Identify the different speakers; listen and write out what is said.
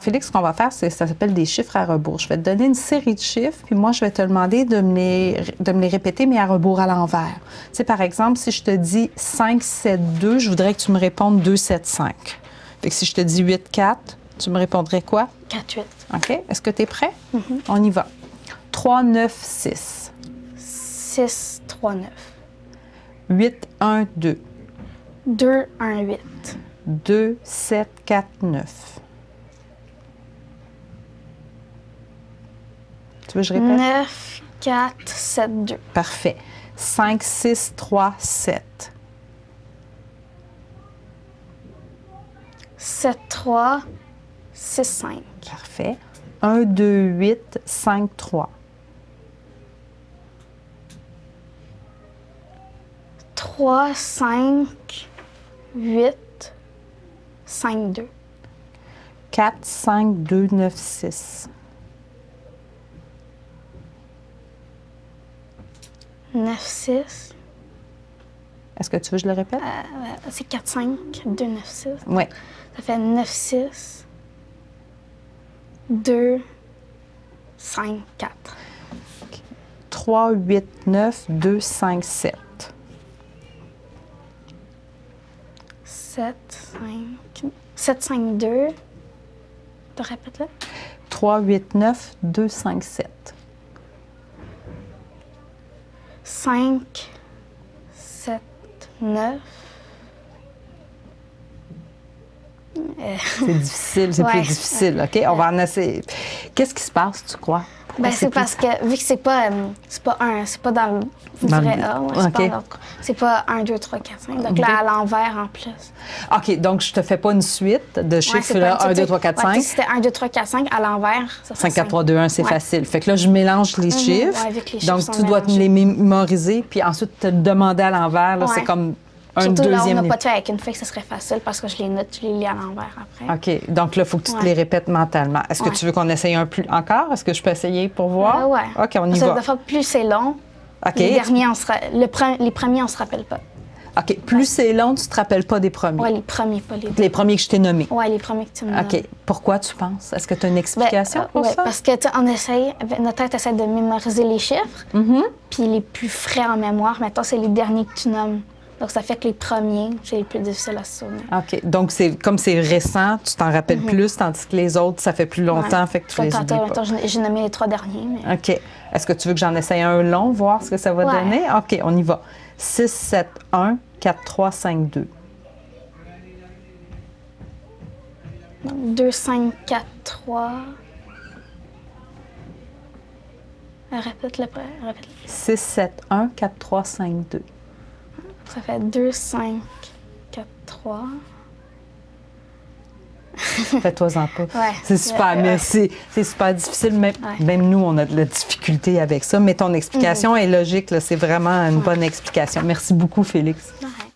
Speaker 1: Félix, ce qu'on va faire, c'est ça s'appelle des chiffres à rebours. Je vais te donner une série de chiffres, puis moi, je vais te demander de me les, de me les répéter, mais à rebours à l'envers. Tu sais, par exemple, si je te dis 5, 7, 2, je voudrais que tu me répondes 2, 7, 5. Fait que si je te dis 8, 4, tu me répondrais quoi?
Speaker 2: 4-8.
Speaker 1: OK? Est-ce que tu es prêt? On y va. 3, 9, 6.
Speaker 2: 6, 3, 9.
Speaker 1: 8, 1, 2.
Speaker 2: 2, 1, 8.
Speaker 1: 2, 7, 4, 9. Tu veux que je répète?
Speaker 2: 9, 4, 7, 2.
Speaker 1: Parfait. 5, 6, 3, 7.
Speaker 2: 7, 3, 6, 5.
Speaker 1: Parfait. 1, 2, 8, 5, 3.
Speaker 2: 3, 5, 8, 5, 2.
Speaker 1: 4, 5, 2, 9, 6.
Speaker 2: 9, 6.
Speaker 1: Est-ce que tu veux que je le répète?
Speaker 2: Euh, C'est 4, 5, 2, 9, 6.
Speaker 1: Oui.
Speaker 2: Ça fait 9, 6, 2, 5, 4.
Speaker 1: 3, 8, 9, 2, 5, 7.
Speaker 2: 7, 5, 7, 5, 2. Tu répètes là?
Speaker 1: 3, 8, 9, 2, 5, 7.
Speaker 2: 5, 7, 9.
Speaker 1: C'est difficile, c'est
Speaker 2: Ouais.
Speaker 1: plus difficile, OK? On va en essayer. Qu'est-ce qui se passe, tu crois? Pourquoi
Speaker 2: Ben, c'est
Speaker 1: Ah, plus-
Speaker 2: parce que, vu que c'est pas, euh, c'est pas un, c'est pas dans le
Speaker 1: Dans le-
Speaker 2: vrai A, ouais, c'est
Speaker 1: OK.
Speaker 2: pas dans le- c'est pas 1, 2, 3, 4, 5. Donc là, à l'envers en plus.
Speaker 1: OK, donc je te fais pas une suite de
Speaker 2: Ouais,
Speaker 1: chiffres
Speaker 2: c'est pas-
Speaker 1: là,
Speaker 2: tu
Speaker 1: 1,
Speaker 2: sais,
Speaker 1: 2, 3, 4,
Speaker 2: ouais, tu
Speaker 1: 5.
Speaker 2: sais, C'était 1, 2, 3, 4, 5, à l'envers. ça fait
Speaker 1: 5, 4, 3, 2, 1, c'est
Speaker 2: Ouais. Mhm.
Speaker 1: facile. Fait que là, je mélange les chiffres.
Speaker 2: ouais, vu que les
Speaker 1: donc,
Speaker 2: chiffres
Speaker 1: tu
Speaker 2: sont
Speaker 1: dois te
Speaker 2: mélangés.
Speaker 1: les mémoriser, puis ensuite te le demander à l'envers. là,
Speaker 2: Ouais.
Speaker 1: C'est comme un
Speaker 2: Surtout là, on
Speaker 1: deuxième.
Speaker 2: n'a pas
Speaker 1: niveau.
Speaker 2: de fait avec une feuille, ça serait facile parce que je les note, je les lis à l'envers après.
Speaker 1: OK. Donc, là, il faut que tu te
Speaker 2: Ouais.
Speaker 1: les répètes mentalement. Est-ce que
Speaker 2: Ouais.
Speaker 1: tu veux qu'on essaye un plus encore? Est-ce que je peux essayer pour voir?
Speaker 2: Ah ouais.
Speaker 1: OK, on y
Speaker 2: Parce que
Speaker 1: va.
Speaker 2: Des fois, plus c'est long,
Speaker 1: OK.
Speaker 2: les, derniers, on se ra- le pre- les premiers, on se rappelle pas.
Speaker 1: OK. Plus c'est long, tu te rappelles pas des premiers.
Speaker 2: Ouais, les premiers, pas les
Speaker 1: Les premiers que je t'ai nommés.
Speaker 2: Ouais, les premiers que tu me
Speaker 1: OK. Pourquoi tu penses? Est-ce que tu as une explication
Speaker 2: Ben, euh,
Speaker 1: pour
Speaker 2: ouais,
Speaker 1: ça?
Speaker 2: parce que tu sais, on essaye, avec- notre tête essaie de mémoriser les chiffres,
Speaker 1: Mm-hmm.
Speaker 2: puis les plus frais en mémoire. Maintenant, c'est les derniers que tu nommes. Donc ça fait que les premiers, c'est les plus difficiles à se souvenir.
Speaker 1: OK. Donc, c'est comme c'est récent, tu t'en rappelles plus, tandis que les autres, ça fait plus longtemps,
Speaker 2: Mhm. Ouais.
Speaker 1: fait que tu
Speaker 2: Comme
Speaker 1: les Hein?
Speaker 2: tantôt,
Speaker 1: oublies pas.
Speaker 2: mettons, j'ai- j'ai nommé les trois derniers, mais
Speaker 1: OK. Est-ce que tu veux que j'en essaye un long, voir ce que ça va
Speaker 2: Ouais.
Speaker 1: donner? OK, on y va. 6, 7, 1, 4, 3, 5, 2.
Speaker 2: 2, 5, 4, 3. Répète-le, après, répète-le.
Speaker 1: 6, 7, 1, 4, 3, 5, 2.
Speaker 2: Ça fait 2, 5, 4, 3.
Speaker 1: Fais-toi-en pas.
Speaker 2: Ouais.
Speaker 1: C'est super,
Speaker 2: Ouais.
Speaker 1: mais c'est c'est super difficile. Même,
Speaker 2: Ouais. Mhm.
Speaker 1: même nous, on a de la difficulté avec ça. Mais ton explication est logique. là. C'est vraiment une bonne explication. Merci beaucoup, Félix.
Speaker 2: Ouais.